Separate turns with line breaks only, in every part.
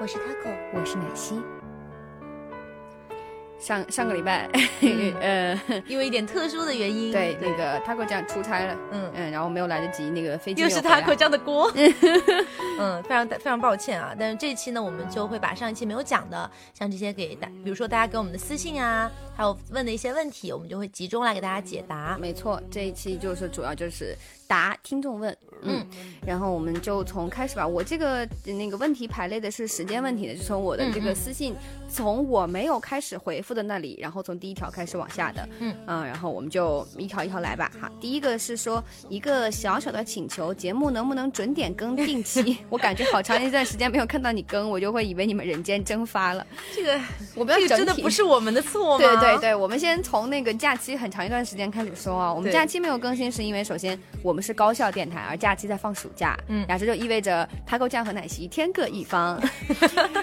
我是 Taco，
我是奶昔。
上上个礼拜， 呃，
嗯因为一点特殊的原因，
对那个 Taco 酱出差了，
嗯
嗯，然后没有来得及，那个飞机
又是
没有回来
Taco 酱的 锅，嗯，非常非常抱歉啊。但是这一期呢，我们就会把上一期没有讲的，像这些给大，比如说大家给我们的私信啊，还有问的一些问题，我们就会集中来给大家解答。
没错，这一期就是主要就是答听众问，嗯，然后我们就从开始吧。我这个呃那个问题排列的是时间问题的，就从我的这
嗯
个
嗯
私信，从我没有开始回复的那里，然后从第一条开始往下的，
嗯
然后我们就一条一条来吧。哈，第一个是说一个小小的请求，节目能不能准点更 定期？我感觉好长一段时间没有看到你更，我就会以为你们人间蒸发了。
这个
我们要
这个
整
真的
体
不是我们的错吗？
对对对，我们先从那个假期很长一段时间开始说啊。我们
对
假期没有更新，是因为首先我们是高校电台，而假期在放暑假，
嗯
然后这就意味着 Taco 酱和奶昔天各 一方。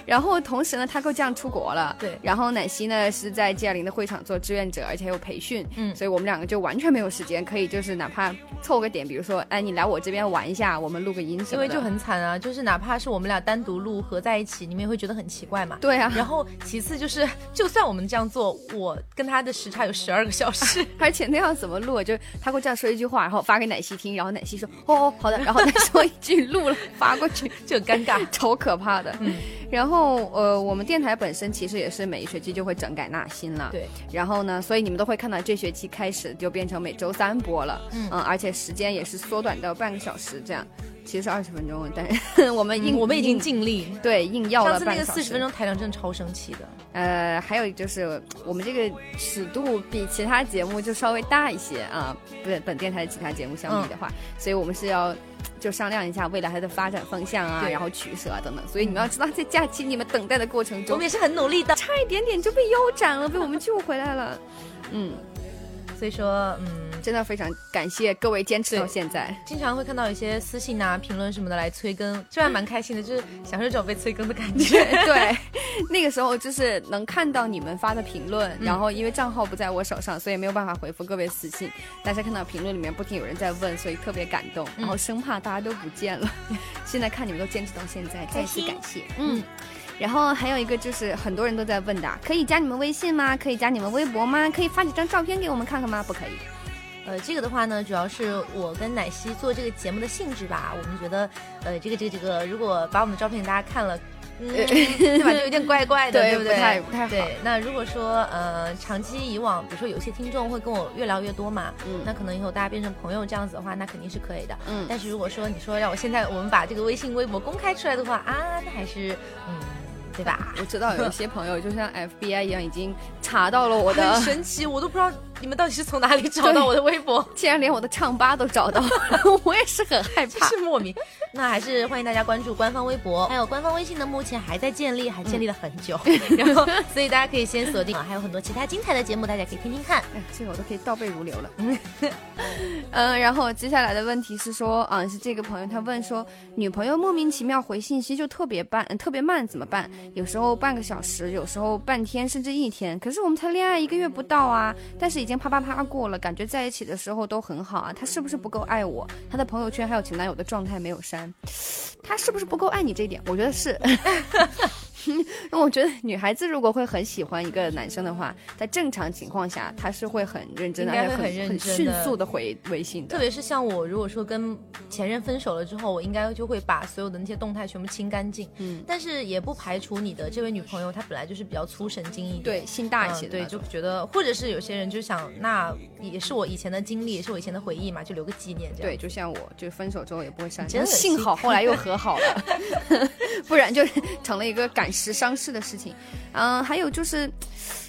然后同时呢，Taco 酱出国了，
对
然后奶昔呢是在 G 二零的会场做志愿者，而且还有培训，
嗯
所以我们两个就完全没有时间，可以就是哪怕凑个点，比如说，哎，你来我这边玩一下，我们录个音什
因为
么的，
就很惨啊，就是哪怕是我们俩单独录合在一起，你们也会觉得很奇怪嘛。
对啊，
然后其次就是，就算我们这样做，我跟他的时差有十二个小时，
而且那样怎么录？就是他给我这样说一句话，然后发给奶昔听，然后奶昔说哦哦好的，然后再说一句录了发过去，
就很尴尬。
超可怕的。
嗯
然后呃，我们电台本身其实也是每一学期就会整改纳新了，
对，
然后呢，所以你们都会看到这学期开始就变成每周三播了，
嗯
而且时间也是缩短到半个小时这样，其实是二十分钟，但是 我们硬、
嗯我们已经
硬
尽力。
对硬要
上
了
次那
半
个
小
四
时
十分钟台长真的超生气的，
呃，还有就是我们这个尺度比其他节目就稍微大一些啊，本本电台的其他节目相比的话，所以我们是要就商量一下未来它的发展方向啊，
对
然后取舍啊等等。所以你们要知道，在假期你们等待的过程
我
中
们，也是很努力的。
差一点点就被腰斩了，被我们救回来了。嗯，
所以说，嗯，
真的非常感谢各位坚持到
对
现在。
经常会看到一些私信啊、评论什么的来催更，就还蛮开心的，就是享受这种被催更的感 觉。
对，那个时候就是能看到你们发的评论，然后因为账号不在我手上，所以没有办法回复各位私信。但是看到评论里面不停有人在问，所以特别感动，然后生怕大家都不见了。现在看你们都坚持到现在，再次感谢，嗯。然后还有一个就是很多人都在问的，可以加你们微信吗？可以加你们微博吗？可以发几张照片给我们看看吗？不可以。
呃，这个的话呢，主要是我跟奶昔做这个节目的性质吧。我们觉得，呃，这个这个这个，如果把我们的照片给大家看了，嗯，对吧？就有点怪怪 的，不
不
对？
太不太好。
对，那如果说呃长期以往，比如说有些听众会跟我越聊越多嘛，
嗯
那可能以后大家变成朋友这样子的话，那肯定是可以的。
嗯，
但是如果说你说让我现在我们把这个微信、微博公开出来的话啊，那还是嗯，对 吧？
我知道有一些朋友就像 FBI 一样，已经查到了我的
很神奇，我都不知道你们到底是从哪里找 到我的微博，
竟然连我的唱吧都找到了， 我也是很害
真
怕。
是莫 名。那还是欢迎大家关注官方微博，还有官方微信呢，目前还在建立，还建立了很 久，然后所以大家可以先锁定，还有很多其他精彩的节目，大家可以听听看。
哎，这个我都可以倒背如流了。嗯，然后接下来的问题是说，啊，是这个朋友他问说，女朋友莫名其妙回信息就特别慢，呃特别慢怎么办？有时候半个小时，有时候半天，甚至一天。可是我们才恋爱一个月不到啊，但是已经啪啪啪过了，感觉在一起的时候都很好啊。他是不是不够爱我？他的朋友圈还有前男友的状态没有删，他是不是不够爱你这一点？我觉 得是。那我觉得女孩子如果会很喜欢一个男生的话，在正常情况下，她是会很认真的，
应该
而且
会
很
很认
很
真
迅
的
速的回微信
特
的。
别是像我，如果说跟前任分手了之后，我应该就会把所有的那些动态全部清干净。
嗯，
但是也不排除你的这位女朋友她本来就是比较粗神经一点，
对，心大一些
嗯
的
对，
那种、
就觉得或者是有些人就想，那也是我以前的经历，也是我以前的回忆嘛，就留个纪念这样。
对，就像我，就分手之后也不会删。
真恶心
幸好后来又和好了， 不然就成了一个赶时伤势的事情。嗯，还有就是，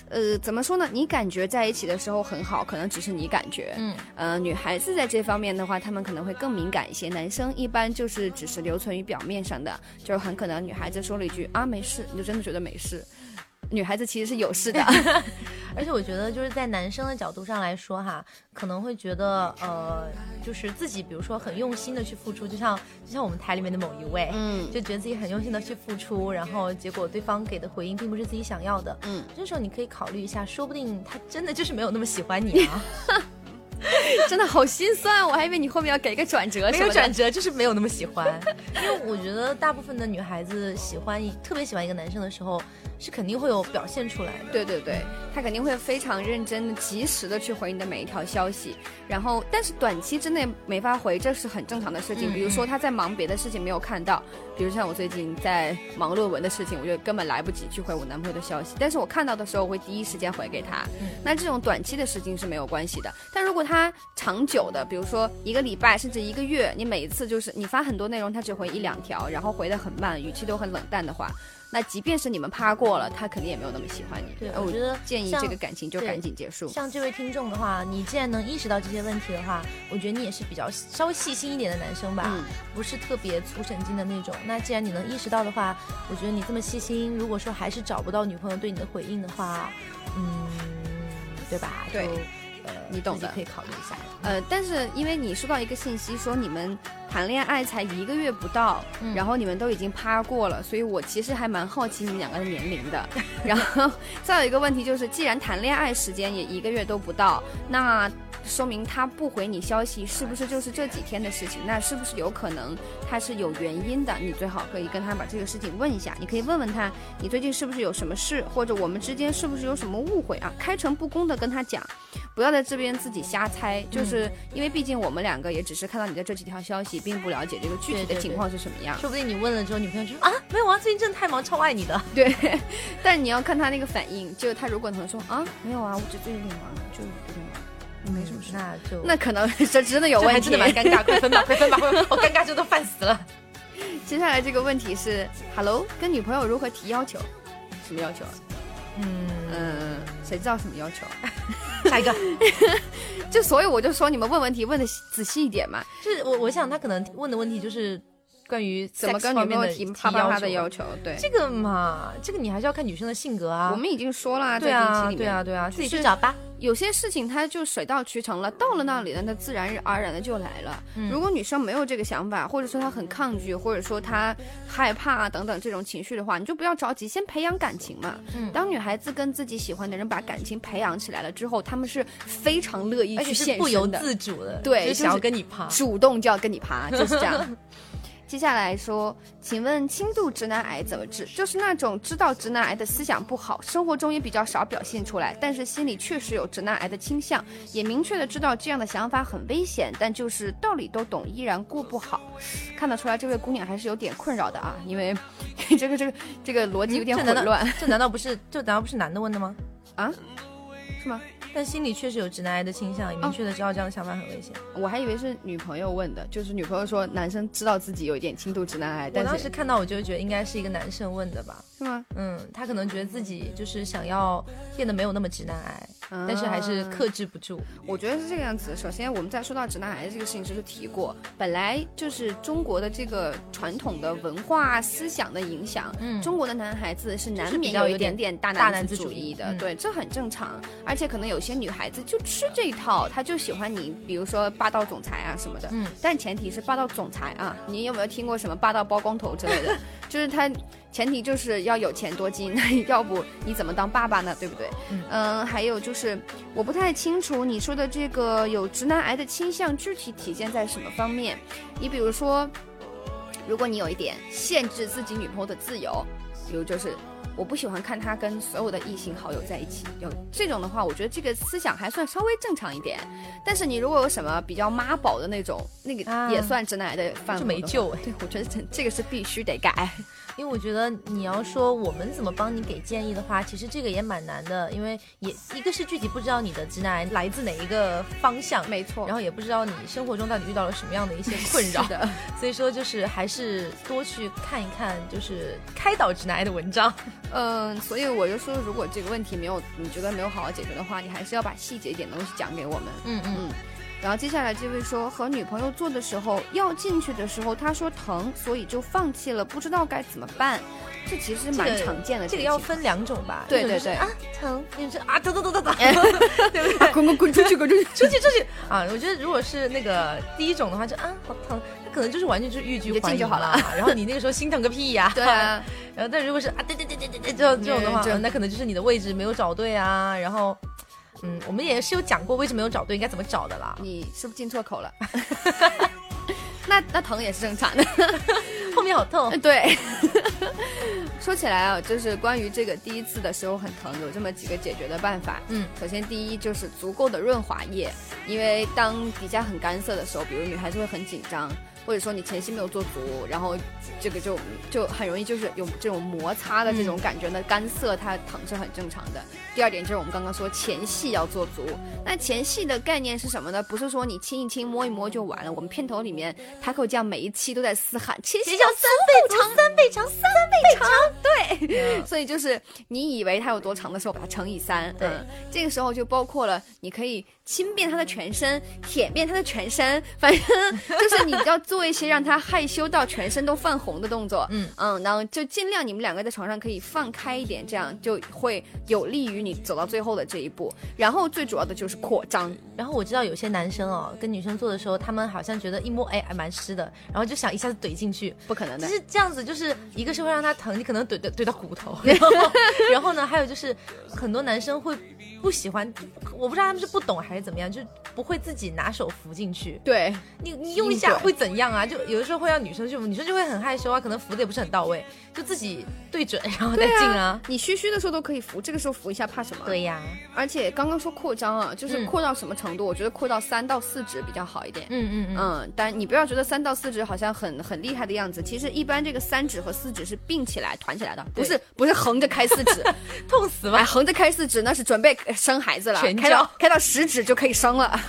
呃，怎么说呢？你感觉在一起的时候很好，可能只是你感觉，
嗯，
呃，女孩子在这方面的话，她们可能会更敏感一些。男生一般就是只是留存于表面上的，就是很可能女孩子说了一句啊没事，你就真的觉得没事。女孩子其实是有 事的，
而且我觉得就是在男生的角度上来说哈，可能会觉得呃，就是自己比如说很用心的去付出，就像就像我们台里面的某一位，
嗯，
就觉得自己很用心的去付出，然后结果对方给的回应并不是自己想要的，
嗯，
这时候你可以考虑一下，说不定他真的就是没有那么喜欢你啊。
真的好心酸，我还以为你后面要给个转折，
没有转折，就是没有那么喜欢。 因为我觉得大部分的女孩子喜欢特别喜欢一个男生的时候，是肯定会有表现出来的。
对对对，他肯定会非常认真的、及时的去回你的每一条消息，然后但是短期之内没法回，这是很正常的事情。
嗯
比如说他在忙别的事情没有看到，比如像我最近在忙论文的事情，我就根本来不及去回我男朋友的消息，但是我看到的时候，我会第一时间回给他。那这种短期的事情是没有关系的，但如果他长久的，比如说一个礼拜甚至一个月，你每一次就是你发很多内容，他只回一两条，然后回的很慢，语气都很冷淡的话， 那即便是你们趴过了，他肯定也没有那么喜欢你。
对
哎
我觉得
建议
像
这个感情就
对
赶紧结束。
像这位听众的话，你既然能意识到这些问题的话，我觉得你也是比较稍微细心一点的男生吧，
嗯
不是特别粗神经的那种。那既然你能意识到的话，我觉得你这么细心，如果说还是找不到女朋友对你的回应的话，嗯，对吧？
对
就，呃，
你懂的
自己可以考虑一下。
呃，但是因为你收到一个信息说你们谈恋爱才一个月不到，
嗯
然后你们都已经趴过了，所以我其实还蛮好奇你们两个的年龄的。 然后再有一个问题就是，既然谈恋爱时间也一个月都不到，那说明他不回你消息，是不是就是这几天的事情？那是不是有可能他是有原因的？你最好可以跟他把这个事情问一下，你可以问问他，你最近是不是有什么事，或者我们之间是不是有什么误会啊？开诚布公的跟他讲，不要在这边自己瞎猜，
嗯
就是因为毕竟我们两个也只是看到你的这几条消息，并不了解这个具体
对对
的
对
情况是什么样。
说不定你问了之后，女朋友就说啊，没有啊，最近真的太忙，超爱你的。
对，但你要看他那个反应，就他如果能说啊没有啊，我只最近有点忙，就有点忙，没什么事。
嗯那就
那可能这真的有
这
问
还
题，
真的蛮尴尬，快 分吧，快分吧，快分吧我尴尬就都烦死了。
接下来这个问题是，Hello，跟女朋友如何提要求？什么要求啊？
嗯，
嗯，谁知道什么要求啊？
下一个。
就所以我就说你们问问题问的仔细一点嘛，
就是我我想他可能问的问题就是关于
怎么
sex
跟女
方
朋
面
友
的
提
提
啪啪啪的
要
要
求。啊
求？对，
这个嘛，这个你还是要看女生的性格啊。
我们已经说了啊，
对
在第
啊，
一期里
对
面
啊，对啊，自己
就
去
是
找吧。
有些事情它就水到渠成了，到了那里了，那自然而然的就来了。
嗯
如果女生没有这个想法，或者说她很抗拒，或者说她害怕啊等等这种情绪的话，你就不要着急，先培养感情嘛。
嗯
当女孩子跟自己喜欢的人把感情培养起来了之后，她们是非常乐意
而
去
且
献
是
身的，
不由自主的，
对
就
就是
想要跟你爬。
主动就要跟 你爬，就是这样。接下来说，请问轻度直男癌怎么治？就是那种知道直男癌的思想不好，生活中也比较少表现出来，但是心里确实有直男癌的倾向，也明确的知道这样的想法很危险，但就是道理都懂，依然过不好。看得出来，这位姑娘还是有点困扰的啊，因为这个这个这个逻辑有点
这难道
混 乱，
这难道不是这难道不是男的问的吗？
是吗？
但心里确实有直男癌的倾向，也明确的知道这样的想法很危险。
哦我还以为是女朋友问的，就是女朋友说男生知道自己有一点轻度直男癌，
我
但
当
是
时看到我就觉得应该是一个男生问的吧，
是吗？
嗯，他可能觉得自己就是想要变得没有那么直男癌，但是还是
啊
克制不住。
我觉得是这个样子。首先，我们在说到直男癌这个事情时就提过，本来就是中国的这个传统的文化啊思想的影响，
嗯
中国的男孩子是难
就是比
免
较
有一
有
点
点
点大
大
男
男
子
子
主
主
义
义
的，
嗯
对，这很正常。而且可能有些女孩子就吃这一套，她就喜欢你，比如说霸道总裁啊什么的，
嗯，
但前提是霸道总裁啊，你有没有听过什么霸道包工头之类的？ 就是他前提就是要有钱多金， 那要不你怎么当爸爸呢？对不对？
嗯
嗯，还有就是我不太清楚你说的这个有直男癌的倾向具体体现在什么方面？你比如说，如果你有一点限制自己女朋友的自由，比如就是。我不喜欢看她跟所有的异性好友在一起，有这种的话，我觉得这个思想还算稍微正常一点。但是你如果有什么比较妈宝的那种，那个
啊
也算直男癌的范围、
就没救哎
对，我觉得这这个是必须得改。
因为我觉得你要说我们怎么帮你给建议的话，其实这个也蛮难的，因为也一个是具体不知道你的直男癌来自哪一个方向，
没错
然后也不知道你生活中到底遇到了什么样的一些困扰
是，的，
所以说就是还是多去看一看，就是开导直男癌的文章。
嗯，所以我就说，如果这个问题没有你觉得没有好好解决的话，你还是要把细节一点的东西讲给我们。
嗯嗯
然后接下来这位说，和女朋友做的时候要进去的时候，她说疼，所以就放弃了，不知道该怎么办。这其实蛮
这个
常见的
嗯这
个
个要
情
分两种吧，
对
一种就是
对对
啊疼，一种是啊疼疼疼疼 疼，对不
况
对
啊？ 滚滚滚出去，滚出去！
出去出去啊！我觉得如果是那个第一种的话，就啊好疼，他可能就是完全就是欲拒
你就
还
进
迎
就好了
嘛，然后你那个时候心疼个屁 呀、
对啊，
然后，但如果是啊，对对对对对对，这种这种的话，
对
嗯那可能就是你的位置没有找对啊，然后嗯，我们也是有讲过为什么有找对，应该怎么找的啦。
你是不是进错口了？ 那那疼也是正常的。
后面好痛。
对， 说起来啊，就是关于这个第一次的时候很疼，有这么几个解决的办法。
嗯，
首先第一就是足够的润滑液，因为当底下很干涩的时候，比如女孩子会很紧张，或者说你前期没有做足，然后这个就就很容易就是有这种摩擦的这种感觉呢，干涩它疼是很正常的。第二点就是我们刚刚说前戏要做足，那前戏的概念是什么呢？不是说你亲一亲摸一摸就完了。我们片头里面 Taco 酱每一期都在嘶喊前戏
谁
要
叫三倍长，三倍长，三倍长。
对， 所以就是你以为它有多长的时候，把它乘以三。
对
嗯，这个时候就包括了，你可以亲遍它的全身，舔遍它的全身， 反正就是你要做一些让它害羞到全身都泛红的动作。
嗯
嗯，然后就尽量你们两个在床上可以放开一点，这样就会有利于你走到最后的这一步。然后最主要的就是扩张，
然后我知道有些男生哦，跟女生做的时候，他们好像觉得一摸哎还蛮湿的，然后就想一下子怼进去。
不可能的
其。实这样子就是一个是会让他疼，你可能怼怼怼到骨 头，然后然后呢，还有就是很多男生会不喜欢，就我不知道他们是不懂还是怎么样，就不会自己拿手扶进去。
对，
你你用一
硬
下
怼
会怎样啊？就有的时候会让女生去扶，女生就会很害羞啊，可能扶的也不是很到位，就自己对准然后再进啊。
你虚虚的时候都可以扶，这个时候扶一下怕什么？
对啊呀、
而且刚刚说扩张啊，就是
嗯
扩到什么程度？我觉得扩到三到四指比较好一点。
嗯嗯嗯，
嗯，但你不要觉得三到四指好像很很厉害的样子，其实一般这个三指和四指是并起来、团起来的，不
对
是不是横着开四指，
痛死
哎，
吧！
横着开四指那是准备生孩子了
全，
开到
教
开到十指就可以生了。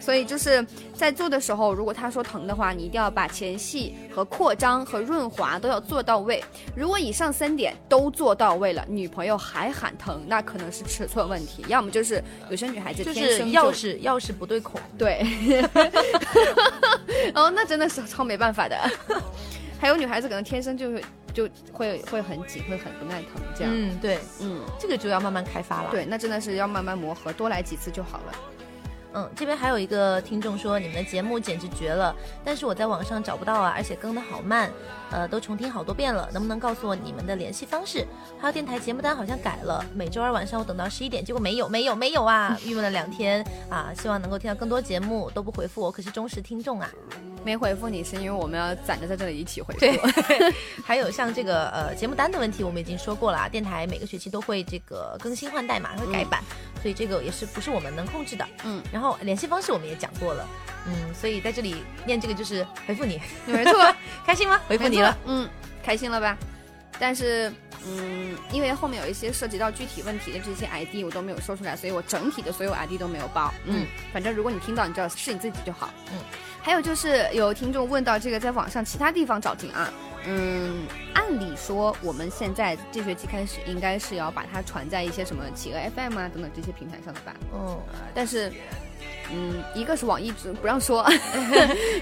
所以就是在做的时候，如果他说疼的话，你一定要把前戏和扩张和润滑都要做到位。如果以上三点都做到位了，女朋友还喊疼，那可能是尺寸问题，要么就是有些女孩子
哎就
天
是
生
钥匙钥匙不对孔，
对， 哦，那真的是超没办法的。 还有女孩子可能天生就会就会会很紧，会很不耐疼这样。
嗯，对，
嗯，
这个就要慢慢开发了。
对，那真的是要慢慢磨合，多来几次就好了。
嗯，这边还有一个听众说，你们的节目简直绝了，但是我在网上找不到啊，而且更的好慢，呃，都重听好多遍了，能不能告诉我你们的联系方式？还有电台节目单好像改了，每周二晚上我等到十一点，结果没有，没有，没有啊，郁闷了两天啊，希望能够听到更多节目，都不回复我，可是忠实听众啊。
没回复你是因为我们要攒着在这里一起回复。
对， 还有像这个呃节目单的问题，我们已经说过了啊，电台每个学期都会这个更新换代嘛，会改版，所以这个也是不是我们能控制的。
嗯，
然后联系方式我们也讲过了，嗯，所以在这里念这个就是回复你，
没错，啊
开心 吗？回复
没
你
错
了。，
嗯，开心了吧？但是，嗯，因为后面有一些涉及到具体问题的这些 ID 我都没有说出来，所以我整体的所有 ID 都没有报。嗯
嗯，
反正如果你听到，你知道是你自己就好。
嗯，
还有就是有听众问到这个在网上其他地方找听啊，嗯，按理说我们现在这学期开始应该是要把它传在一些什么企鹅 FM 啊等等这些平台上的吧？
嗯，
但是。嗯，一个是网易不 让说，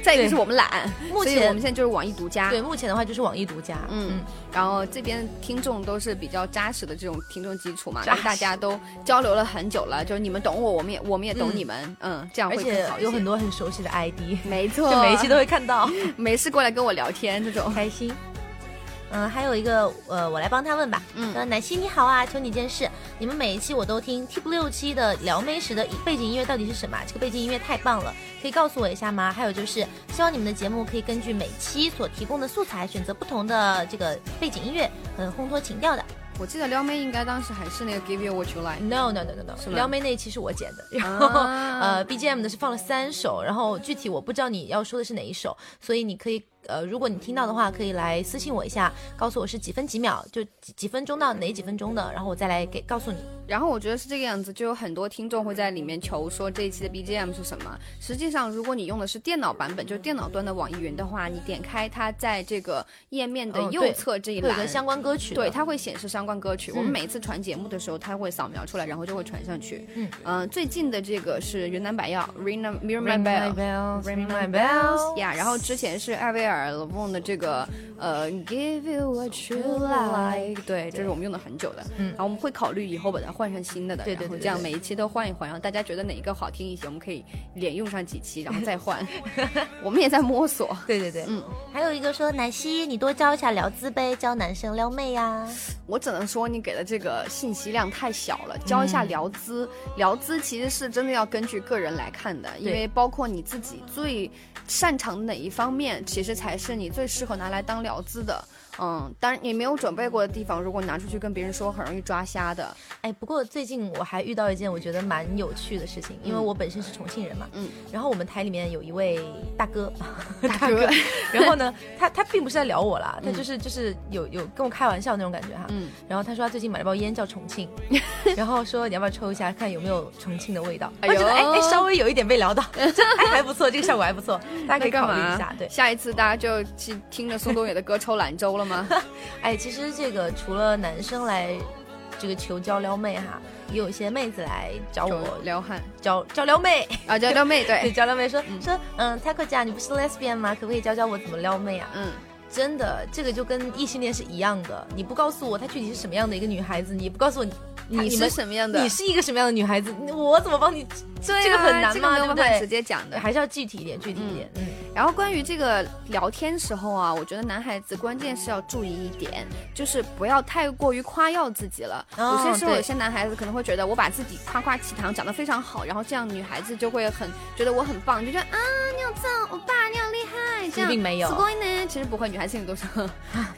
再一个是我们懒，
目
所以我
前
们现在就是网易独家。
对目前的话就是网易独家，
嗯，然后这边听众都是比较扎实的这种听众基础嘛，
扎
然
实
后大家都交流了很久了，就是你们懂我，我们也我们也懂
嗯
你们，嗯，这样
而
会更
且
好一些
有很，多很熟悉的 ID，
没错，啊
就每一期都会看到。
没事过来跟我聊天这种，
开心。嗯，还有一个，呃，我来帮他问吧。
嗯
呃，奶昔你好啊，求你件事，你们每一期我都听 T 六期的聊妹时的背景音乐到底是什么啊？这个背景音乐太棒了，可以告诉我一下吗？还有就是，希望你们的节目可以根据每期所提供的素材，选择不同的这个背景音乐，嗯，烘托情调的。
我记得撩妹应该当时还是那个 Give You What You Like，
No no no no no，
是吗
撩妹那一期是我剪的，然后、
啊
呃 BGM 呢是放了三首，然后具体我不知道你要说的是哪一首，所以你可以呃，如果你听到的话，可以来私信我一下，告诉我是几分几秒，就几几分钟到哪几分钟的，然后我再来给告诉你。
然后我觉得是这个样子，就有很多听众会在里面求说这一期的 BGM 是什么。实际上，如果你用的是电脑版本，就是电脑端的网易云的话，你点开它在这个页面的
嗯
右
对
侧这一
会有
栏，
个相关歌曲的，
对，它会显示相关歌曲。我
嗯
们每一次传节目的时候，它会扫描出来，然后就会传上去。
嗯
呃最近的这个是云南白药 （Ring My
Ring my
Bell）。
bells,
Ring my
bells，
呀，然后之前是艾薇儿尔·翁的这个呃 Give you what you like，对，这是我们用的很久的，
嗯
然后我们会考虑以后把它换上新的的，
对对
然后
对
这样
对
每一期都换一换，然后大家觉得哪一个好听一些，我们可以连用上几期，然后再换， 我们也在摸索。
对对对，
嗯，
还有一个说奶昔，你多教一下聊资呗，教男生撩妹啊呀、
我只能说你给的这个信息量太小了，教一下
嗯
聊资，聊资其实是真的要根据个人来看的，因为包括你自己最擅长的哪一方面，其实才是你最适合拿来当聊资的。嗯，当然你没有准备过的地方，如果拿出去跟别人说，很容易抓 瞎的。
哎，不过最近我还遇到一件我觉得蛮有趣的事情，因为我本身是重庆人嘛，
嗯，
然后我们台里面有一位 大哥，啊
大 哥，
然后呢，他他并不是在聊我啦，他就是就是有有跟我开玩笑那种感觉哈，
嗯，
然后他说他最近买了包烟叫重 庆，然后说你要不要抽一下看有没有重庆的味道，
哎
我觉得哎
呦
哎稍微有一点被 聊到，这哎还不错，这个效果还不错，大家可以
那
考
干
虑
嘛
一下，对。
下一次大家就去听着宋冬野的歌抽兰州了吗？
哎，其实这个除了男生来这个求交撩妹哈，也有一些妹子来找 我
撩汉
交交撩妹，
啊，叫撩妹
对，
对，
交撩妹说、说，哎嗯，Taco 姐啊，你不是 lesbian 吗？可不可以教教我怎么撩妹啊？
嗯，
真的，这个就跟异性恋是一样的，你不告诉我她具体是什么样的一个女孩子，你不告诉我你
你
你
是
们
什么样的？
你是一个什么样的女孩子，我怎么帮你？
对 啊
这个很难
这个
嘛
没有
对不
办
对
法直接讲的。
还是要具体一点，具体一点，嗯，
然后关于这个聊天时候啊，我觉得男孩子关键是要注意一点，就是不要太过于夸耀自己了。
哦
有些时候
对
有些男孩子可能会觉得我把自己夸夸其谈，讲得非常好，然后这样女孩子就会很觉得我很棒，就觉得啊你好赞，欧巴你好厉害，这样
并没有
すごい呢，其实不会，女孩子心里都是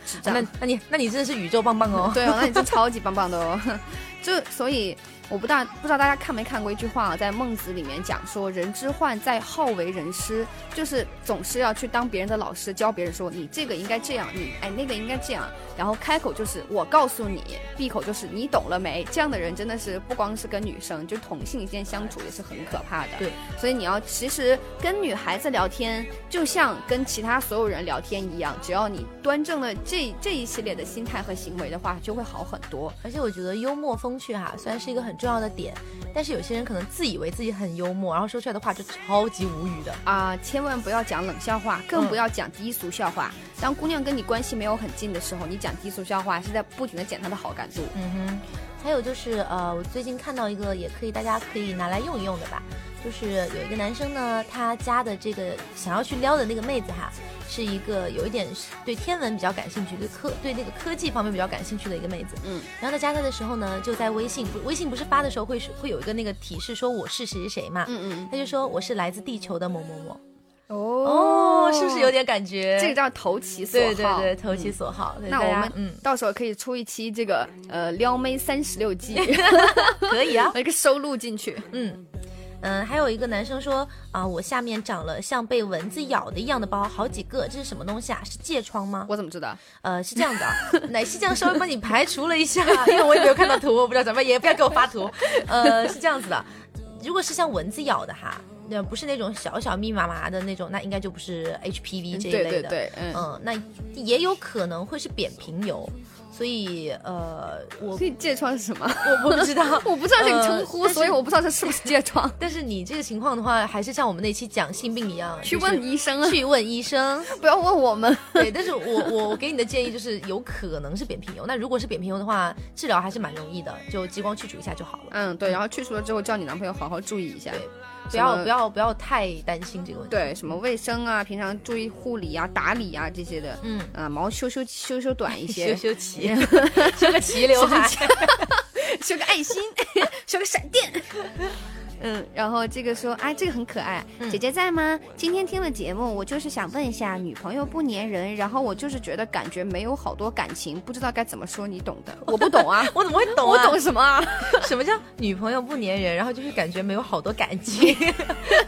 智障
那。那你那你真的是宇宙棒棒哦，
对哦，那你真超级棒棒的哦。 就所以我不大不知道大家看没看过一句话啊，在《孟子》里面讲说“人之患在好为人师”，就是总是要去当别人的老师，教别人说你这个应该这样，你哎那个应该这样，然后开口就是我告诉你，闭口就是你懂了没？这样的人真的是不光是跟女生，就同性之间相处也是很可怕的。
对，
所以你要其实跟女孩子聊天，就像跟其他所有人聊天一样，只要你端正了这这一系列的心态和行为的话，就会好很多。
而且我觉得幽默风趣哈，虽然是一个很重要的点，但是有些人可能自以为自己很幽默，然后说出来的话就超级无语的。
啊、千万不要讲冷笑话，更不要讲低俗笑话。当姑娘跟你关系没有很近的时候，你讲低俗笑话是在不停的减她的好感度。
嗯哼，还有就是呃，我最近看到一个也可以大家可以拿来用一用的吧，就是有一个男生呢，他家的这个想要去撩的那个妹子哈，是一个有一点对天文比较感兴趣，对科对那个科技方面比较感兴趣的一个妹子。
嗯，
然后他加她的时候呢，就在微信，不微信不是发的时候会会有一个那个提示说我是谁谁谁嘛，
嗯
他就说我是来自地球的某某哦某。
嗯，
哦，是不是有？点感觉？
这个叫投其所好。
对对对，嗯投其所好。对
那
大
我
家
们
嗯，
到时候可以出一期这个呃撩妹三十 六计，
可以啊，
一个收录进去。
嗯。嗯，还有一个男生说啊，我下面长了像被蚊子咬的一样的包，好几个，这是什么东西啊？是疥疮吗？
我怎么知道？
呃，是这样的 啊，奶昔酱稍微帮你排除了一下， 因为我也没有看到图，我不知道咱们也不要给我发图。呃，是这样子的，如果是像蚊子咬的哈，那不是那种小小密麻麻的那种，那应该就不是 HPV 这一类
对
的。
对对，嗯。
嗯，那也有可能会是扁平疣，所以呃，我
所以疥疮是什么？。
我不知道
我不知道这个称
呃
呼，
但是
所以我不知道这是不是疥疮。
但是你这个情况的话，还是像我们那期讲性病一样，
去
就是
问医生啊，
去问医生。
不要问我们。
对，但是我我我给你的建议就是，有可能是扁平疣。那如果是扁平疣的话，治疗还是蛮容易的，就激光去除一下就好了。
嗯，对，然后去除了之后，叫你男朋友好好注意一下。
对
什
不要
么
不要不要太担心这个问题。
对，什么卫生啊，平常注意护理啊、打理啊这些的，
嗯
啊，毛修修修 修短一
修
些，
修齐， 修个齐刘海。
修个爱心， 修个闪电。 嗯，然后这个说，哎，这个很可爱。姐姐在吗？今天听了节目，我就是想问一下，女朋友不粘人，然后我就是觉得感觉没有好多感情，不知道该怎么说，你懂 的。我不懂啊，
我怎么会懂
我
啊？
懂什么啊？
什么叫女朋友不粘人，然后就是感觉没有好多感情。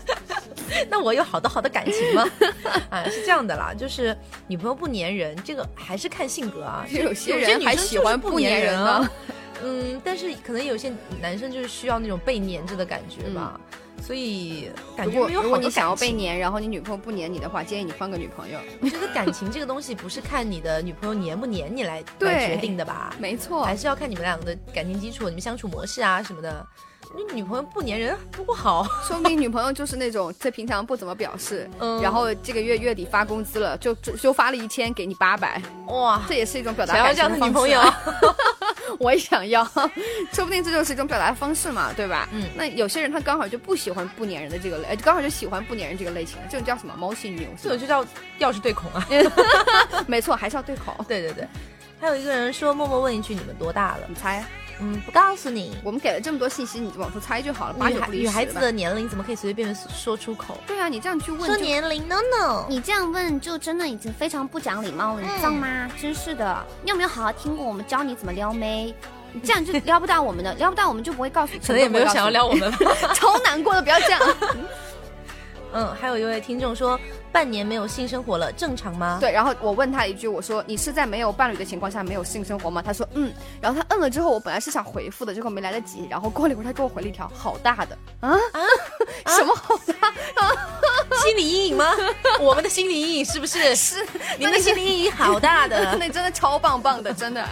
那我有好多好的感情吗？ 啊，是这样的啦，就是女朋友不粘人，这个还是看性格啊。
有些
有些
人
女
还
生
喜
就是
欢
不
粘
粘
人
人
呢
啊。嗯，但是可能有些男生就是需要那种被粘着的感觉吧，所以感
嗯如
觉
果
没有好
如果
多感
你想要被
情。
粘，然后你女朋友不粘你的话，建议你换个女朋友。
我觉得感情这个东西不是看你的女朋友粘不粘你来来
对
决定的吧，
没错
还是要看你们两个的感情基础、你们相处模式啊什么的。你女朋友不粘人多好，
说不定女朋友就是那种在平常不怎么表示，
嗯
然后这个月月底发工资了，就就就发了一千给你八百，
哇，
这也是一种表达
想要
感
这
情
样的
方
女朋
式
友
啊， 我也想要，说不定这就是一种表达方式嘛，对吧？
嗯
那有些人他刚好就不喜欢不粘人的这个类，呃刚好就喜欢不粘人这个类型，这种叫什么猫性牛？是
这
吧
种就叫钥匙对孔啊。
没错，还是要对口。
对对对，还有一个人说，默默问一句，你们多大了？
你猜，啊
嗯，不告诉你。
我们给了这么多信息，你就往出猜就好了，八
女
九
孩
不离
女孩
十
子
吧
的年龄怎么可以随随便便说出口？
对啊，你这样去问
说
就
年龄，no no。
你这样问就真的已经非常不讲礼貌了，你知道吗？
嗯
真是的，你有没有好好听过我们教你怎么撩 妹？你这样就撩不到我们的，撩不到我们就不会告诉你，
可能也没有想要撩我们吧。
超难过的，不要 这样。
嗯，还有一位听众说，半年没有性生活了，正常吗？
对，然后我问他一句，我说你是在没有伴侣的情况下没有性生活吗？他说嗯，然后他嗯了之后，我本来是想回复的，结果没来得及，然后过了一会儿他给我回了一条好大的啊啊，什么好大？
心理阴影 吗？我们的心理阴影是不 是？
是
你们的心理阴影好大的。
那真的超棒棒的，真的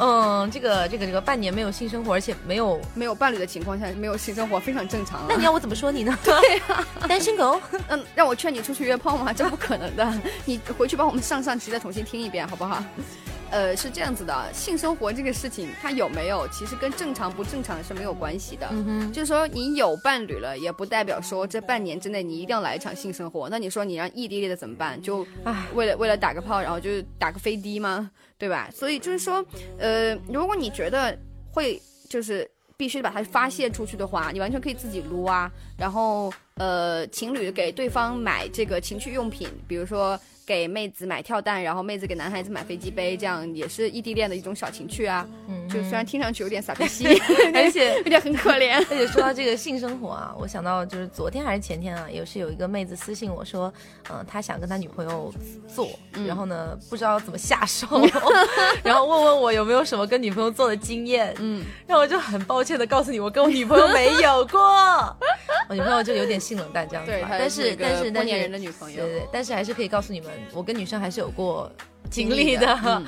嗯，这个这个这个半年没有性生活，而且没有，
没有伴侣的情况下没有性生活非常正常
那
啊。
你要我怎么说你呢？ 对啊单身狗。
嗯，让我劝你出去约炮吗？ 这不可能的，你回去帮我们上上期再重新听一遍好不好？呃，是这样子的，性生活这个事情，它有没有其实跟正常不正常是没有关系的。
嗯哼，
就是说你有伴侣了，也不代表说这半年之内你一定要来一场性生活。那你说你让异地恋的怎么办？就
唉
为了为了打个炮，然后就打个飞的吗？对吧？所以就是说，呃，如果你觉得会就是必须把它发泄出去的话，你完全可以自己撸啊。然后呃，情侣给对方买这个情趣用品，比如说。给妹子买跳蛋，然后妹子给男孩子买飞机杯，这样也是异地恋的一种小情趣啊。
嗯
就虽然听上去有点傻 逼兮，
而且
有点很可怜。
而且说到这个性生活啊，我想到就是昨天还是前天啊，也是有一个妹子私信我说，嗯、她想跟她女朋友做，然后呢不知道怎么下手， 然后问问我有没有什么跟女朋友做的经验，嗯，然后我就很抱歉的告诉你，我跟我女朋友没有 过，我女朋友就有点性冷淡这样子
对，
吧，
她
但
是一个
但是
不
但
粘
是
人的女朋友
对，对，但是还是可以告诉你们，我跟女生还是有过经
历
历
的
的，
嗯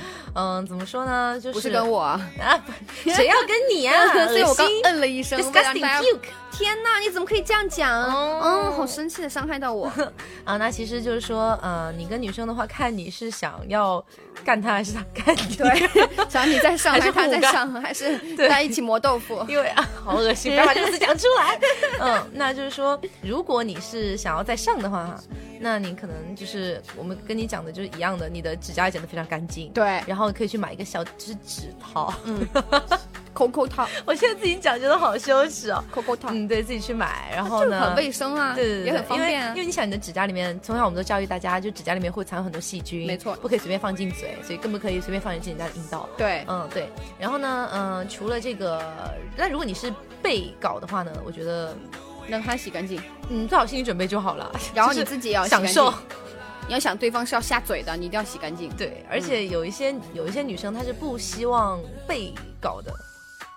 嗯怎么说呢，就是
不是跟我啊，
啊，不谁要跟你啊，
所以我刚
恶心
嗯了一声，为了让
disgusting
大家
puke。
天哪，你怎么可以这样讲？
哦
嗯，好生气的伤害到我。
啊，那其实就是说，呃，你跟女生的话，看你是想要干她还是她干你。对，
想你在上，还
还是
是他
互
在
干
上，还是大
对
家一起磨豆腐？
因为啊，好恶 心，不要把这个词讲出来。 嗯，那就是说，如果你是想要再上的话，哈，那你可能就是我们跟你讲的就是一样的，你的指甲剪得非常干净。。
对，
然后你可以去买一个小就是指套，
嗯口口套，
我现在自己讲觉得好羞耻哦。
口口套，
嗯，对自己去买，然后
就是
呢，
很卫生啊，
对对对，
也很方便
因
啊
为因。为你想，你的指甲里面，从小我们都教育大家，就指甲里面会藏有很多细菌，
没错
不可以随便放进嘴，所以更不可以随便放进人家的阴道。
对，
嗯，对。然后呢，嗯、除了这个，那如果你是被搞的话呢，我觉得，
让他洗干净，
嗯，做好心理准备就好了。
然后
就
你
是
自己也要洗干
享
净
受，，
你要嗯想对方是要下嘴的，你一定要洗干净。
对。而且有一些、有一些女生她是不希望被搞的，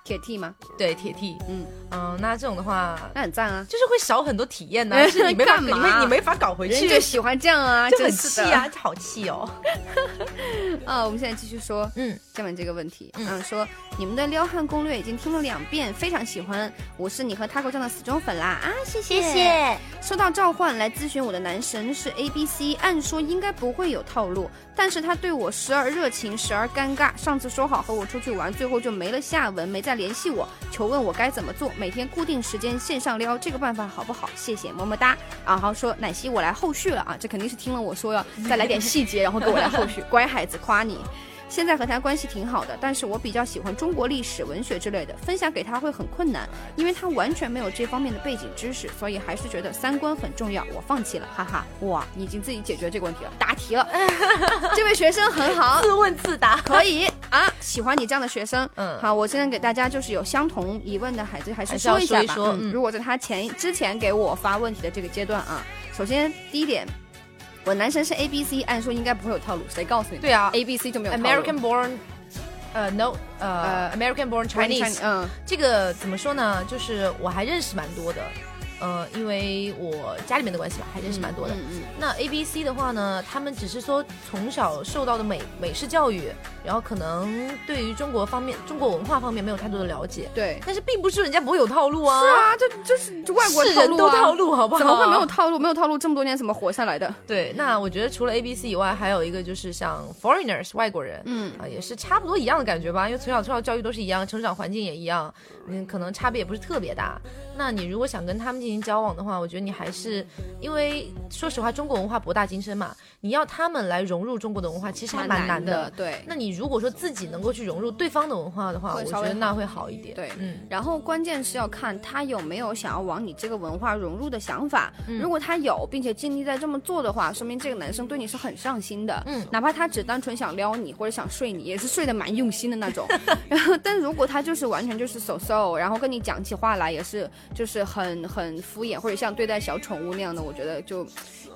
铁 T 吗？
对，铁 T，
嗯
嗯、那这种的话，
那很赞啊，
就是会少很多体验呢、
哎
就是你没法，
干
你
嘛
没你没法搞回
人
去，
家就喜欢这样啊，
就很
真是
气
的
啊，好气哦。
啊，我们现在继续说，
嗯，
下面这个问题，嗯
嗯
说你们的撩汉攻略已经听了两遍，非常喜欢，我是你和 Taco 酱的死忠粉啦啊，谢谢
谢谢。
收到召唤来咨询我的男神是 A B C，按说应该不会有套路，但是他对我时而热情，时而尴尬。上次说好和我出去玩，最后就没了下文，没再联系我，求问我该怎么做？每天固定时间线上撩，这个办法好不好？谢谢，么么哒。然后说奶昔我来后续了啊，这肯定是听了我说要再来点细节，然后给我来后续， 乖孩子夸你。现在和他关系挺好的，但是我比较喜欢中国历史、文学之类的，分享给他会很困难，因为他完全没有这方面的背景知识，所以还是觉得三观很重要，我放弃了，哈哈。哇，你已经自己解决这个问题了，答 题了，这位学生很好，
自问自答。
可以啊，喜欢你这样的学生。
嗯
好，我现在给大家就是有相同疑问的孩子，还是
还是要
一下
说
吧。
一说嗯
嗯，如果在他前之前给我发问题的这个阶段啊，首先第一点，我男神是 A B C，按说应该不会有套路，谁告诉你的？
对啊
，A B C 就没有套路。
American born，呃，no，呃
呃
，American born Chinese，
嗯，
这个怎么说呢？就是我还认识蛮多的，嗯、呃，因为我家里面的关系吧，还真是蛮多的。
嗯嗯
那 A、B、C 的话呢，他们只是说从小受到的美美式教育，然后可能对于中国方面、中国文化方面没有太多的了解，
对，
但是并不是人家不会有套路啊，
是啊，这就是外国
是
套
人
路
都
啊，
套路，好不好？
怎么会没有套路？没有套路这么多年怎么活下来的？
对，那我觉得除了 A B C 以外，还有一个就是像 foreigners 外国人，嗯啊、也是差不多一样的感觉吧，因为从小从小教育都是一样，成长环境也一样，嗯，可能差别也不是特别大。那你如果想跟他们进行交往的话，我觉得你还是因为说实话，中国文化博大精深嘛，你要他们来融入中国的文化，其实还蛮
难
的。
对。
那你如果说自己能够去融入对方的文化的话，
会
我
稍
觉
微
得那
好
会好一点。
对
嗯，
然后关键是要看他有没有想要往你这个文化融入的想法。
嗯
如果他有，并且尽力在这么做的话，说明这个男生对你是很上心的。
嗯
哪怕他只单纯想撩你或者想睡你，也是睡得蛮用心的 那种。然后，但如果他就是完全就是手手，然后跟你讲起话来也是就是很很敷衍，或者像对待小宠物那样的，我觉得就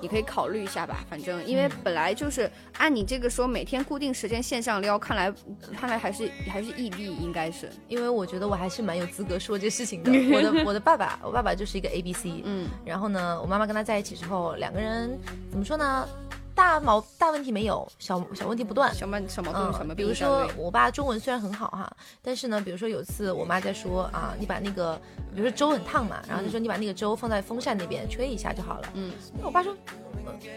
你可以考虑一下吧。反正因
嗯
为本来就是按你这个说，每天固定时间线上撩，看来看来还是还是异地，应该是
因为我觉得我还是蛮有资格说这事情的。我的我的爸爸，我爸爸就是一个 A B C，
嗯。
然后呢，我妈妈跟他在一起之后，两个人怎么说呢？大毛大问题没有，小小问题不断。
小矛小矛盾、小
嗯，
毛病
比如
一大
说
堆
我爸中文虽然很好哈，但是呢，比如说有次我妈在说啊，你把那个，比如说粥很烫嘛，然后就说你把那个粥放在风扇那边吹一下就好了。
嗯，
那我爸说，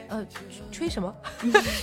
呃，呃吹什 么？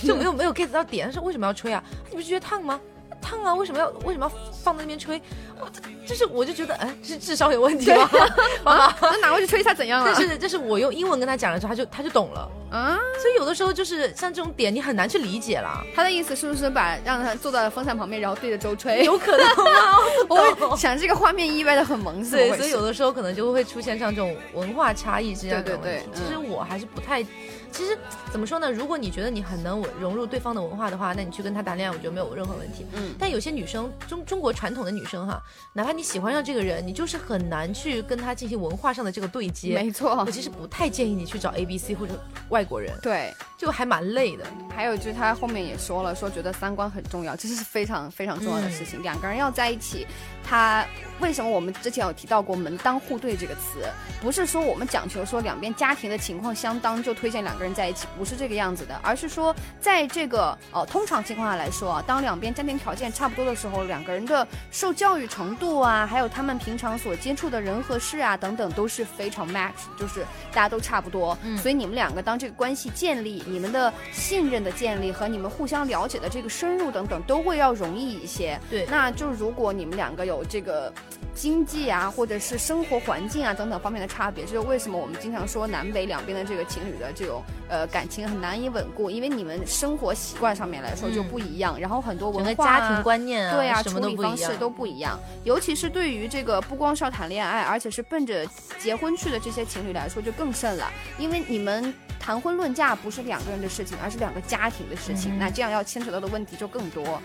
就没有没有 get 到点，他说为什么要吹啊？你不是觉得烫吗？烫啊，为什么要为什么要放在那边吹？我这这是我就觉得，哎，这是智商有问题吗？
啊，那拿过去吹一下怎样了？
但是但是我用英文跟他讲了之后，他就他就懂了。
啊，
所以有的时候就是像这种点，你很难去理解啦。
他的意思是不是把让他坐到风扇旁边，然后对着周吹？
有可能吗？
我 会想这个画面意外的很萌，是怎么
对，
回
所以
事
有的时候可能就会出现像这种文化差异之间的
对
问题。
对对嗯
其实我还是不太，其实怎么说呢？如果你觉得你很能融入对方的文化的话，那你去跟他谈恋爱，我觉得没有任何问题。
嗯
但有些女生，中中国传统的女生哈，哪怕你喜欢上这个人，你就是很难去跟他进行文化上的这个对接。
没错
我，其实不太建议你去找 A、B、C 或者外国人，
对。
就还蛮累的。
还有就是他后面也说了，说觉得三观很重要，这是非常非常重要的
嗯
事情。两个人要在一起，他为什么我们之前有提到过“门当户对”这个词？不是说我们讲求说两边家庭的情况相当就推荐两个人在一起，不是这个样子的，而是说在这个呃通常情况下来说啊，当两边家庭条件差不多的时候，两个人的受教育程度啊，还有他们平常所接触的人和事啊等等都是非常 match，就是大家都差不多。
嗯
所以你们两个当这个关系建立，你们的信任的建立和你们互相了解的这个深入等等，都会要容易一些。
对
那就如果你们两个有这个经济啊，或者是生活环境啊等等方面的差别，这就是为什么我们经常说南北两边的这个情侣的这种呃感情很难以稳固，因为你们生活习惯上面来说就不一样，然后很多
整个
文化啊、
家庭观念啊，
对啊，
什
处
么都
理
不一
方式
样。
都不一样，尤其是对于这个不光是要谈恋爱，而且是奔着结婚去的这些情侣来说，就更甚了，因为你们谈婚论嫁不是两个人的事情，而是两个家庭的事情，
嗯
那这样要牵扯到的问题就更多。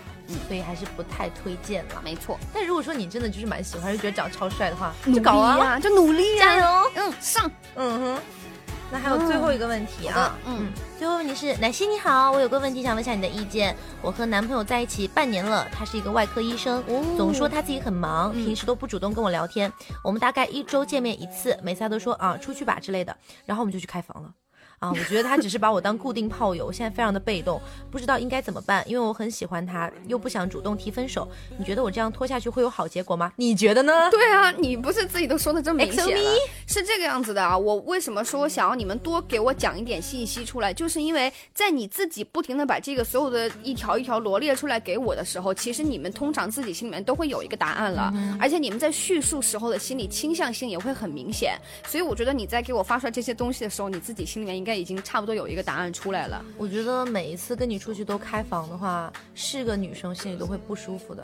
所以还是不太推荐啦。
没错，
但如果说你真的就是蛮喜欢，就觉得长得超帅的话，
努
就搞
力
啊，
呀、就努力呀、
油！
嗯，上，
嗯哼。那还有最后一个问题啊，
嗯，
最后问题是，奶昔你好，我有个问题想问一下你的意见。我和男朋友在一起半年了，他是一个外科医生，总说他自己很忙，
嗯
平时都不主动跟我聊天。我们大概一周见面一次，每次他都说啊出去吧之类的，然后我们就去开房了。啊，我觉得他只是把我当固定炮友，现在非常的被动，不知道应该怎么办，因为我很喜欢他，又不想主动提分手。你觉得我这样拖下去会有好结果吗？你觉得呢？
对啊，你不是自己都说的这么明显
XO
了，是这个样子的啊。我为什么说想要你们多给我讲一点信息出来，就是因为在你自己不停的把这个所有的一条一条罗列出来给我的时候，其实你们通常自己心里面都会有一个答案了，而且你们在叙述时候的心理倾向性也会很明显。所以我觉得你在给我发出来这些东西的时候，你自己心里面应该已经差不多有一个答案出来了。
我觉得每一次跟你出去都开房的话，是个女生心里都会不舒服的，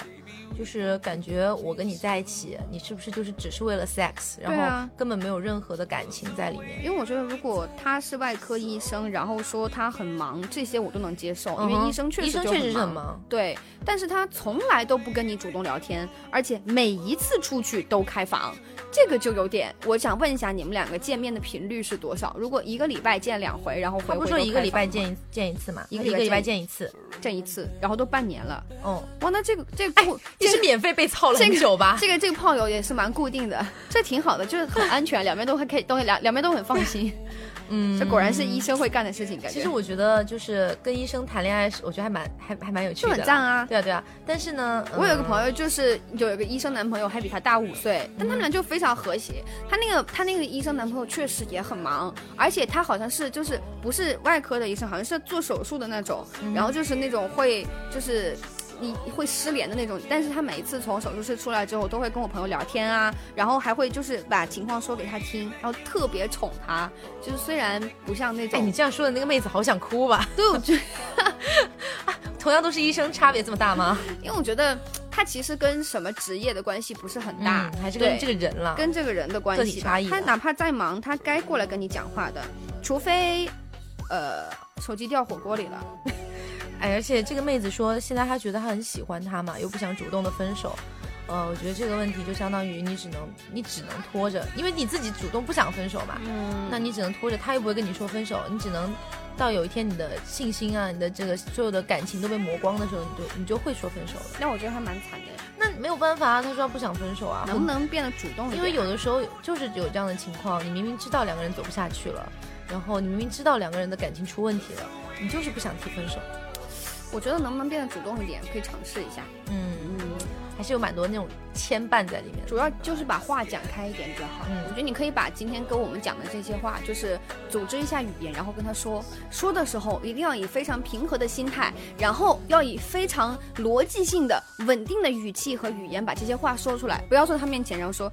就是感觉我跟你在一起，你是不是就是只是为了 sex，
对
然
啊
后根本没有任何的感情在里面。
因为我觉得，如果他是外科医生，然后说他很忙，这些我都能接受，因
嗯
为
哼
医生确实
医生
就
确实是很
忙
忙，
对，但是他从来都不跟你主动聊天，而且每一次出去都开房，这个就有点。我想问一下，你们两个见面的频率是多少？如果一个礼拜见见两回，然后回
他不
回
说
都
一个
开
礼拜
放
见一见一次嘛，
一
一
个
个
礼拜
礼拜
见
见一次。
见一次，然后都半年了。
哦，
哇，那这个这个固、
你
这
是
个
免费被操了很久吧？
这个这个炮友也是蛮固定的，这挺好的，就是很安全，两边都会可以都会两两边都很放心。
嗯
这果然是医生会干的事情，感觉。
其实我觉得就是跟医生谈恋爱，是我觉得还蛮还还蛮有趣
就
的啦，
很赞啊
对啊对啊，但是呢，
我有一个
嗯
朋友，就是有一个医生男朋友，还比他大五岁，但他们俩就非常和谐。他那个他那个医生男朋友确实也很忙，而且他好像是就是不是外科的医生，好像是做手术的那种，
嗯
然后就是那种会就是。你会失联的那种，但是他每一次从手术室出来之后，都会跟我朋友聊天啊，然后还会就是把情况说给他听，然后特别宠他，就是虽然不像那
哎，
种，
你这样说的那个妹子好想哭吧？
对我觉得
同样都是医生，差别这么大吗？
因为我觉得他其实跟什么职业的关系不是很大，
嗯还是
对
跟这个人了。
跟这个人的关
个
系
体
吧
差异
他
的
哪怕再忙，他该过来跟你讲话的，除非，呃，手机掉火锅里了。
哎，而且这个妹子说，现在她觉得她很喜欢他嘛，又不想主动的分手。呃，我觉得这个问题就相当于你只能你只能拖着，因为你自己主动不想分手嘛，
嗯
那你只能拖着，他又不会跟你说分手，你只能到有一天你的信心啊，你的这个所有的感情都被磨光的时候，你就你就会说分手了。
那我觉得还蛮惨的，
那没有办法啊，他说他不想分手啊，
能不能变得主动一点？
因为有的时候就是有这样的情况，你明明知道两个人走不下去了，然后你明明知道两个人的感情出问题了，你就是不想提分手。
我觉得能不能变得主动一点，可以尝试一下。
嗯，
嗯，
还是有蛮多那种牵绊在里面的。
主要就是把话讲开一点比较好。
嗯
我觉得你可以把今天跟我们讲的这些话，就是组织一下语言，然后跟他说。说的时候一定要以非常平和的心态，然后要以非常逻辑性的、稳定的语气和语言把这些话说出来，不要坐在他面前然后说，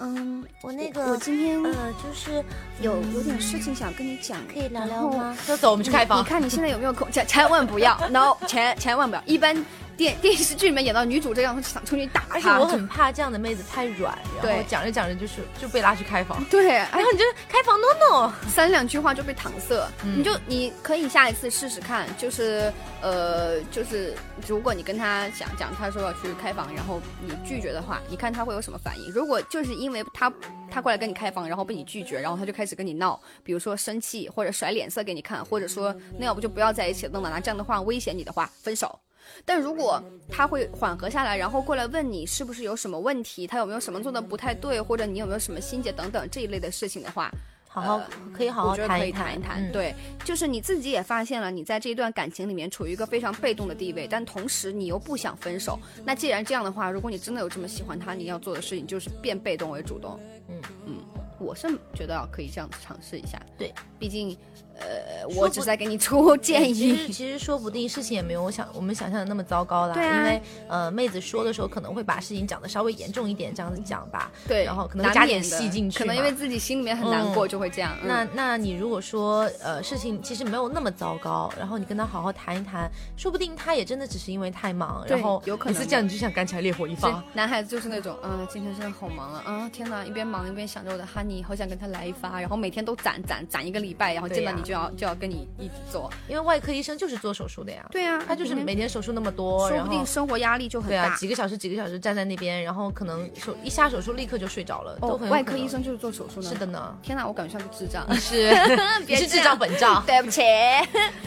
嗯，
我
我今天
嗯
呃，就是
有有点事情想跟你讲，
可以聊
然
聊
后
吗？
就走，我们
你
去开
你
房。
看你现在有没有口？千千万 不要，no，千千万不要。一般电电视剧里面演到女主这样，我就想冲进去打她。
而且我很怕这样的妹子太软，然
对
后讲着讲着就是就被拉去开房，
对，哎
然，后你就开房 no no。
三两句话就被搪塞，
嗯
你就你可以下一次试试看，就是呃，就是如果你跟他讲讲，他说要去开房，然后你拒绝的话，你看他会有什么反应？如果就是因为他他过来跟你开房，然后被你拒绝，然后他就开始跟你闹，比如说生气或者甩脸色给你看，或者说那要不就不要在一起了，等等，拿这样的话威胁你的话，分手。但如果他会缓和下来，然后过来问你是不是有什么问题，他有没有什么做的不太对，或者你有没有什么心结等等这一类的事情的话，
好好
呃
可以好
我
好
觉得可
谈
以
一
谈一谈。
嗯
对，就是你自己也发现了，你在这一段感情里面处于一个非常被动的地位，但同时你又不想分手。那既然这样的话，如果你真的有这么喜欢他，你要做的事情就是变被动为主动。
嗯
嗯，我是觉得可以这样子尝试一下。
对，
毕竟，呃，
说
我
不
只是在给你出 建
其实
议。
其实说不定事情也没有我想我们想象的那么糟糕啦，
对啊
因为呃妹子说的时候可能会把事情讲的稍微严重一点，这样子讲吧。
对，
然后可能
难
加点
免的
戏进去
可能因
嘛
为自己心里面很难
嗯
过，就会这样。嗯
那那你如果说呃事情其实没有那么糟糕，然后你跟他好好谈一谈，说不定他也真的只是因为太忙，
对
然后
有可能
每次这样你就想干起来烈火一
所以
发。
男孩子就是那种，嗯、今天真的好忙啊，啊，天哪，一边忙一边想着我的哈尼，好想跟他来一发，然后每天都攒攒攒一个礼拜，然后
对
见到
呀
你就要、就要跟你一起做，
因为外科医生就是做手术的呀，嗯
对呀
他就是每天手术那么多，
说
然
不
后
定生活压力就很
对
大。
啊，几个小时几个小时站在那边，然后可能手一下手术立刻就睡着了，
哦
都很，有
外
可
科医
能
生就是做手术呢。
是的，呢，
天哪，我感觉像个智障。
是 你是
这
智
样
障本障，
对不起，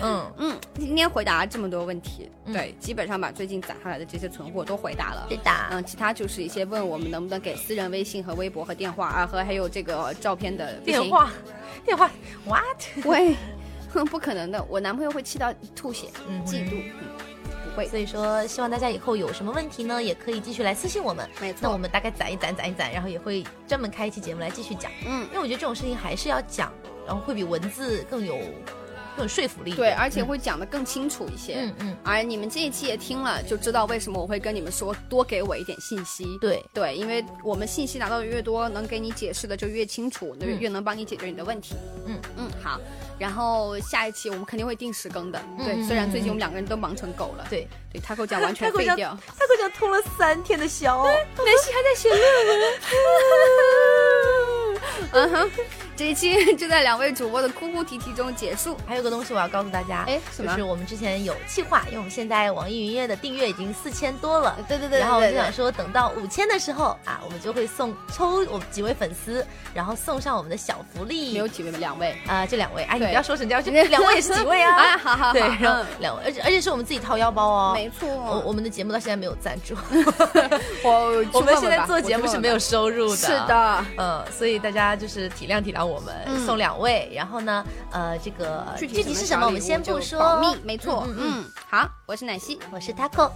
嗯。
嗯，今天回答了这么多问题，
嗯
对，基本上把最近攒下来的这些存货都回答了。
的
嗯，其他就是一些问我们能不能给私人微信和微博和电话啊，和还有这个照片的不行
电话，电话，what？
喂，哼，不可能的，我男朋友会气到吐血，
嗯
嫉妒，嗯，不会，
所以说，希望大家以后有什么问题呢，也可以继续来私信我们。
没
那
错，
我们大概攒一攒，攒一攒，然后也会专门开一期节目来继续讲，
嗯。
因为我觉得这种事情还是要讲，然后会比文字更有更有说服力一点。
对，而且会讲得更清楚一些。
嗯嗯，嗯嗯，
而你们这一期也听了，就知道为什么我会跟你们说多给我一点信息。
对，
对，因为我们信息拿到的越多，能给你解释的就越清楚，那
嗯
越能帮你解决你的问题。
嗯
嗯，好。然后下一期我们肯定会定时更的。对，
嗯
虽然最近
嗯
我们两个人都忙成狗了。
对，
对，taco 酱完全
Taco
废
酱
掉。
他给我讲通了三天的宵，
嗯哼，这一期就在两位主播的哭哭啼啼中结束。
还有个东西我要告诉大家，
哎，什
就
么
是？我们之前有计划，因为我们现在网易云音乐的订阅已经四千多了，
对对对对
然后我就
对对
想说，等到五千的时候啊，我们就会送抽我们几位粉丝，然后送上我们的小福
没
利
有。几位，两位。
啊、这两位，哎， 你
对
不要说成这样，这两位也是几位 啊？
好好好，
对，然后
嗯
两位，而且而且是我们自己掏腰包哦。
没错，
我我们的节目到现在没有赞 助，
我
我们现在做节目是没有收入的。
是。的，
呃，所以大家就是体谅体谅我们，
嗯
送两位，然后呢，呃，这个
具体
是什么，我们先不
就
说。
保密，没错，
嗯嗯
嗯，好，我是奶昔，
我是 taco，